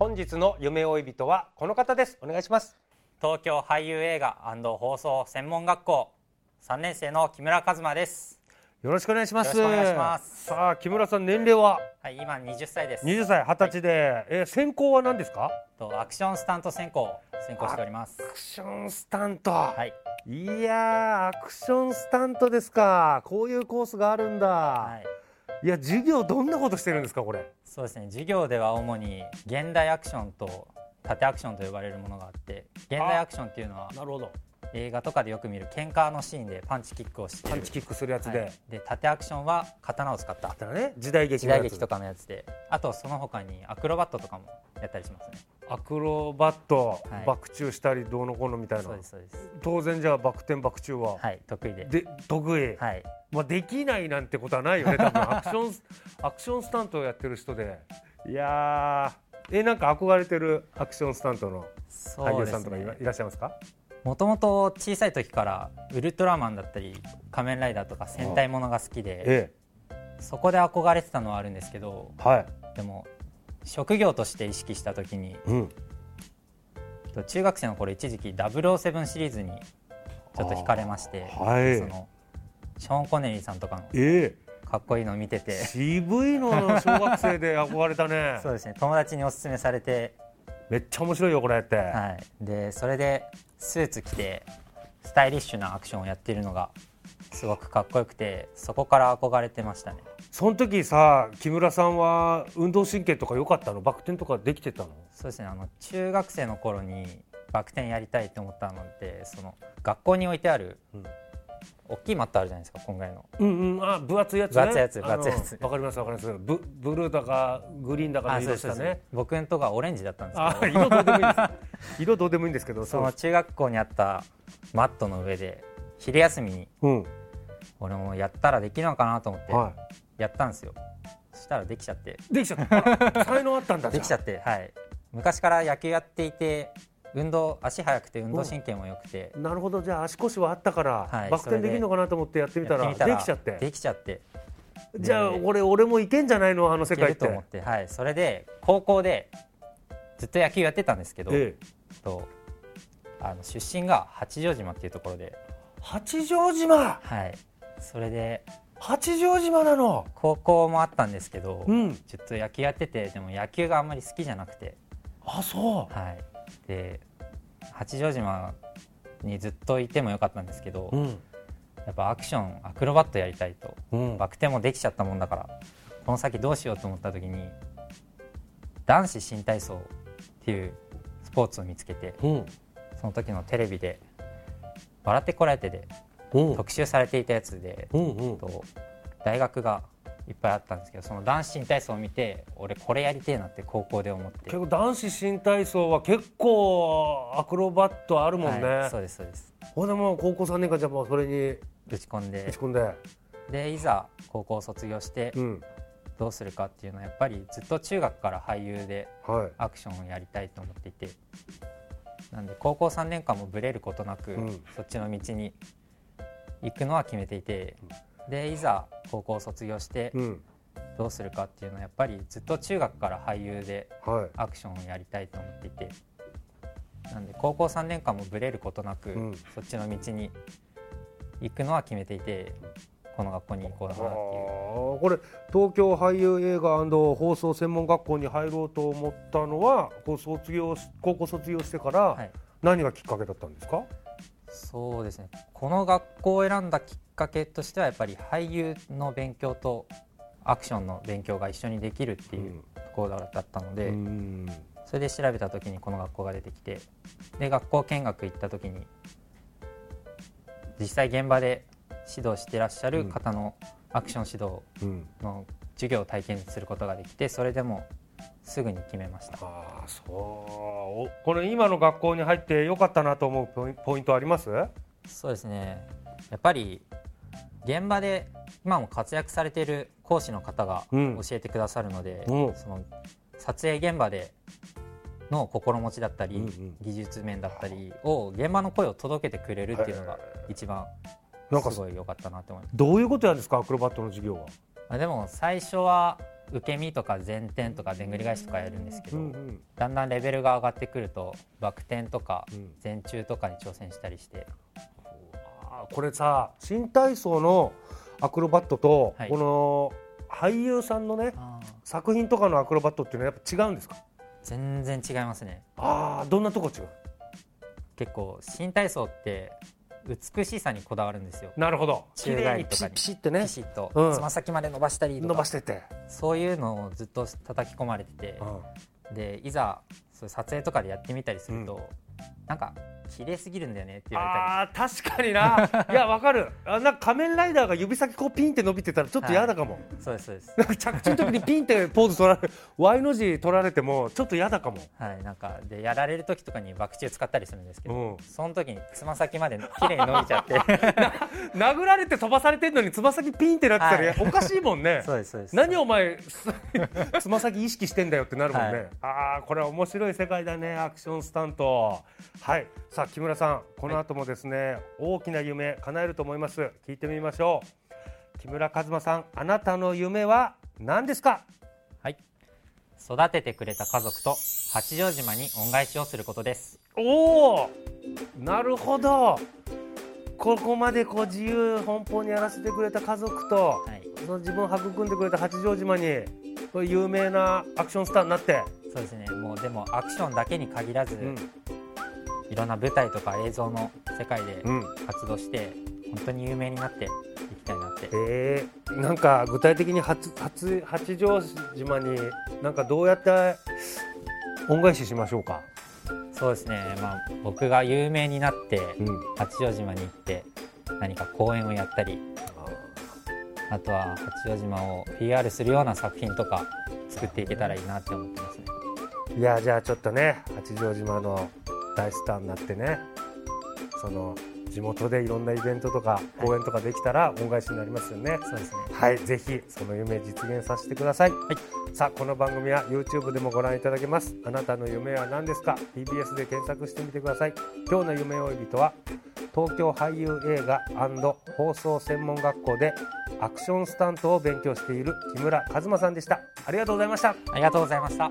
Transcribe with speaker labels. Speaker 1: 本日の夢追い人はこの方ですお願いします
Speaker 2: 東京俳優映画放送専門学校3年生の木村和馬です
Speaker 1: よろしくお願いします
Speaker 2: よろしくお願いします
Speaker 1: さあ木村さん年齢は
Speaker 2: はい今20歳です
Speaker 1: 20歳20歳で、えー専攻は何ですか
Speaker 2: とアクションスタント専攻を専攻しております
Speaker 1: アクションスタント、
Speaker 2: はい、
Speaker 1: いやーアクションスタントですかこういうコースがあるんだ、
Speaker 2: はい、
Speaker 1: いや授業どんなことしてるんですかこれ
Speaker 2: そうですね授業では主に現代アクションと縦アクションと呼ばれるものがあって現代アクションっていうのは
Speaker 1: なるほど
Speaker 2: 映画とかでよく見る喧嘩のシーンでパンチキックをして
Speaker 1: パンチキックするやつで、
Speaker 2: はいで縦アクションは刀を使った
Speaker 1: だからね時代劇
Speaker 2: 時
Speaker 1: のや
Speaker 2: 代
Speaker 1: つ
Speaker 2: 劇とかのやつであとその他にアクロバットとかもやったりしますね
Speaker 1: アクロバット、
Speaker 2: はい
Speaker 1: バク宙したりどうのこうのみたいな
Speaker 2: そうですそうです
Speaker 1: 当然じゃあバク転バク宙は、
Speaker 2: はい得意で
Speaker 1: で得意、
Speaker 2: はい
Speaker 1: まあ、できないなんてことはないよね 多分アクションアクションスタントをやってる人でいやーえなんか憧れてるアクションスタントの俳
Speaker 2: そう
Speaker 1: 優
Speaker 2: で
Speaker 1: さ
Speaker 2: す
Speaker 1: んとかいら,、
Speaker 2: ね
Speaker 1: いらっしゃいますか
Speaker 2: もともと小さい時からウルトラマンだったり仮面ライダーとか戦隊ものが好きで
Speaker 1: え
Speaker 2: そこで憧れてたのはあるんですけど
Speaker 1: えはい、
Speaker 2: でも職業として意識した時に
Speaker 1: うん、
Speaker 2: と中学生の頃一時期007シリーズにちょっと惹かれまして、
Speaker 1: あはい
Speaker 2: そのショーン・コネリーさんとかの
Speaker 1: え
Speaker 2: かっこいいのを見 て
Speaker 1: え
Speaker 2: て
Speaker 1: 渋いの小学生で憧れた
Speaker 2: そ
Speaker 1: ね
Speaker 2: うですね友達におすすめされて、
Speaker 1: めっちゃ面白いよこれって、
Speaker 2: はい、でそれでスーツ着てスタイリッシュなアクションをやってるのがすごくかっこよくてそこから憧れてましたね
Speaker 1: その時さ木村さんは運動神経とか良かったのバク転とかできてたの
Speaker 2: そうですねあの中学生の頃にバク転やりたいと思ったのでその学校に置いてある、
Speaker 1: うん
Speaker 2: 大きいマットあるじゃないですか今回の
Speaker 1: うんうんあ分厚いやつね
Speaker 2: 分厚いやつ
Speaker 1: あの
Speaker 2: 分厚いやつ
Speaker 1: わかりますわかりますブブルーだかグリーンだかの色した
Speaker 2: そう
Speaker 1: ね
Speaker 2: 僕のとこはオレンジだったんです
Speaker 1: あ
Speaker 2: けど
Speaker 1: 色どうでもいいです色どうでもいいんですけど
Speaker 2: その
Speaker 1: う
Speaker 2: 中学校にあったマットの上で昼休みに
Speaker 1: うん
Speaker 2: 俺もやったらできるのかなと思って
Speaker 1: は
Speaker 2: やったんですよ、そしたらできちゃって
Speaker 1: いできちゃったあ才能あったんだ
Speaker 2: できちゃ
Speaker 1: た
Speaker 2: ってはい昔から野球やっていて運動足速くて運動神経も良くて
Speaker 1: なるほどじゃあ足腰はあったから、
Speaker 2: はい
Speaker 1: バク転できるのかなと思ってやってみたら
Speaker 2: やっ
Speaker 1: で
Speaker 2: てみたら
Speaker 1: きちゃって
Speaker 2: できちゃって
Speaker 1: じゃあ
Speaker 2: で
Speaker 1: 俺俺もいけんじゃないのあの世
Speaker 2: いけ
Speaker 1: 界っ
Speaker 2: ると
Speaker 1: て
Speaker 2: 思って、はい、それで高校でずっと野球やってたんですけど、
Speaker 1: ええ
Speaker 2: とあの出身が八丈島っていうところで、
Speaker 1: 八丈島
Speaker 2: はい、それで
Speaker 1: 八丈島なの
Speaker 2: 高校もあったんですけど、
Speaker 1: うん
Speaker 2: ちょっと野球やっててでも野球があんまり好きじゃなくて、
Speaker 1: あそう
Speaker 2: はい、で八丈島にずっといてもよかったんですけど、
Speaker 1: うん
Speaker 2: やっぱアクションアクロバットやりたいと
Speaker 1: うん
Speaker 2: バク転もできちゃったもんだからこの先どうしようと思った時に男子新体操っていうスポーツを見つけて
Speaker 1: うん
Speaker 2: その時のテレビで「笑ってこらえて」で
Speaker 1: うん
Speaker 2: 特集されていたやつで、
Speaker 1: うんうん
Speaker 2: と大学がいっぱいあったんですけどその男子新体操を見て俺これやりてえなって高校で思って
Speaker 1: 結構男子新体操は結構アクロバットあるもんね、
Speaker 2: はいそうですそうです
Speaker 1: ほんでもう高校3年間じゃもうそれに
Speaker 2: 打ち込ん
Speaker 1: 打
Speaker 2: で
Speaker 1: ち込んで、
Speaker 2: でいざ高校を卒業して
Speaker 1: うん
Speaker 2: どうするかっていうのはやっぱりずっと中学から俳優で
Speaker 1: は
Speaker 2: アクションをやりたいと思っていてなんで高校3年間もブレることなく、
Speaker 1: うん
Speaker 2: そっちの道に行くのは決めていてでいざ高校を卒業して
Speaker 1: い、うん
Speaker 2: どうするかっていうのはやっぱりずっと中学から俳優で
Speaker 1: はい
Speaker 2: アクションをやりたいと思っていてなんで高校3年間もブレることなく、
Speaker 1: うん
Speaker 2: そっちの道に行くのは決めていてこの学校に行こうだなっていう
Speaker 1: これ東京俳優映画放送専門学校に入ろうと思ったのはこう卒業し高校卒業してから
Speaker 2: い、
Speaker 1: 何がきっかけだったんですか、
Speaker 2: そうですねこの学校を選んだきっかけとしてはやっぱり俳優の勉強とアクションの勉強が一緒にできるっていう
Speaker 1: うん
Speaker 2: ところだったので、
Speaker 1: うん
Speaker 2: それで調べた時にこの学校が出てきてで学校見学行った時に実際現場で指導してらっしゃる方のアクション指導
Speaker 1: うん
Speaker 2: の授業を体験することができてそれでもすぐに決めました
Speaker 1: ああそうおこれ今の学校に入ってよかったなと思うポインポイントあります
Speaker 2: そうですねやっぱり現場で今も活躍されている講師の方が
Speaker 1: うん
Speaker 2: 教えてくださるので、
Speaker 1: うん
Speaker 2: その撮影現場での心持ちだったり、
Speaker 1: うんうん
Speaker 2: 技術面だったりを現場の声を届けてくれるっていうのが一番
Speaker 1: なんか
Speaker 2: すごい良かったなと思います
Speaker 1: どういうことやんですかアクロバットの授業は、
Speaker 2: まあでも最初は受け身とか前転とかでんぐり返しとかやるんですけど、
Speaker 1: ん
Speaker 2: だんだんレベルが上がってくるとバク転とか
Speaker 1: うん
Speaker 2: 前中とかに挑戦したりして、
Speaker 1: あーこれさ新体操のアクロバットと、
Speaker 2: はい
Speaker 1: この俳優さんのね作品とかのアクロバットっていうのはやっぱ違うんですか
Speaker 2: 全然違いますね
Speaker 1: ああどんなとこ違う
Speaker 2: 結構新体操って美しさにこだわるんですよ
Speaker 1: なるほど綺
Speaker 2: 宙
Speaker 1: 麗
Speaker 2: 返
Speaker 1: に
Speaker 2: り
Speaker 1: ピ
Speaker 2: と
Speaker 1: シ
Speaker 2: か
Speaker 1: ッ
Speaker 2: に
Speaker 1: ピシッってね
Speaker 2: ピシッと
Speaker 1: うん
Speaker 2: つま先まで伸ばしたりと
Speaker 1: 伸ば
Speaker 2: か
Speaker 1: してって、
Speaker 2: そういうのをずっと叩き込まれててでいざそういう撮影とかでやってみたりすると、なんか綺麗すぎるんだよねって言わ
Speaker 1: ああー確かに ないやわかるあなんか仮面ライダーが指先こうピンって伸びてたらちょっと嫌だかも、
Speaker 2: れたりそうですそう です
Speaker 1: なんか着地の時にピンってポーズ取られる Y の字取られてもちょっと嫌だかも
Speaker 2: はいなんかでやられる時とかにバク宙使ったりするんですけど、
Speaker 1: うん
Speaker 2: その時につま先まで綺麗に伸びちゃって
Speaker 1: 殴られて飛ばされてんのにつま先ピンってなってたら、
Speaker 2: はい
Speaker 1: おかしいもん ね
Speaker 2: そうですそうです
Speaker 1: 何お前 すつま先意識してんだよってなるもんね、
Speaker 2: はい
Speaker 1: ああこれは面白い世界だねアクションスタントはいさあ木村さんこの後もですね、大きな夢叶えると思います聞いてみましょう木村一馬さんあなたの夢は何ですか
Speaker 2: はい育ててくれた家族と八丈島に恩返しをすることです
Speaker 1: おおなるほどここまでこう自由奔放にやらせてくれた家族と
Speaker 2: はい
Speaker 1: その自分を育んでくれた八丈島にこういう有名なアクションスターになって、
Speaker 2: そうですねもうでもアクションだけに限らず、
Speaker 1: うん
Speaker 2: いろんな舞台とか映像の世界で
Speaker 1: うん、
Speaker 2: 活動して、本当に有名になっていきたいなって
Speaker 1: えー、なんか具体的に初初八丈島になんかどうやって恩返ししましょうか。
Speaker 2: そうですねまあ僕が有名になって
Speaker 1: ん。
Speaker 2: 八丈島に行って何か公演をやったりあとは八丈島を PR するような作品とか作っていけたらいいなって思ってますね
Speaker 1: いやじゃあちょっとね八丈島の大スターになってねその地元でいろんなイベントとか公演とかできたら恩返しになりますよね。
Speaker 2: そうですね
Speaker 1: はい、ぜひその夢実現させてください、さあこの番組は YouTube でもご覧いただけますあなたの夢は何ですか TBS で検索してみてください今日の夢追い人は東京俳優映画放送専門学校でアクションスタントを勉強している木村一馬さんでしたありがとうございました
Speaker 2: ありがとうございました